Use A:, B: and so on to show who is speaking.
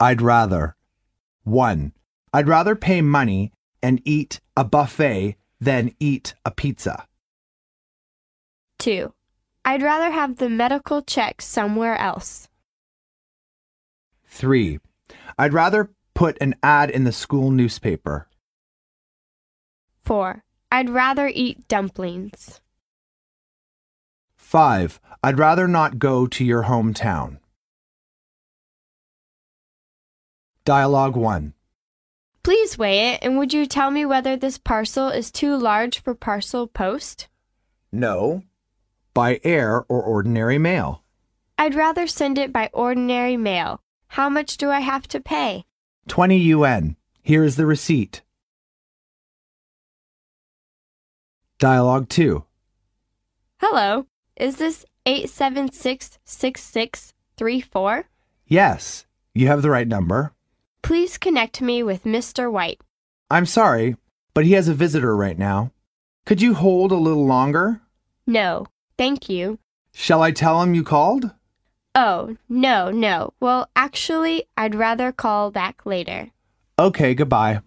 A: I'd rather. 1. I'd rather pay money and eat a buffet than eat a pizza.
B: 2. I'd rather have the medical check somewhere else.
A: 3. I'd rather put an ad in the school newspaper.
B: 4. I'd rather eat dumplings.
A: 5. I'd rather not go to your hometown. Dialogue 1.
B: Please weigh it, and would you tell me whether this parcel is too large for parcel post?
A: No. By air or ordinary mail.
B: I'd rather send it by ordinary mail. How much do I have to pay?
A: 20 UN. Here is the receipt. Dialogue 2.
B: Hello, is this 8766634?
A: Yes, you have the right number.
B: Please connect me with Mr. White.
A: I'm sorry, but he has a visitor right now. Could you hold a little longer?
B: No, thank you.
A: Shall I tell him you called?
B: Oh, no, no. Well, actually, I'd rather call back later.
A: Okay, goodbye.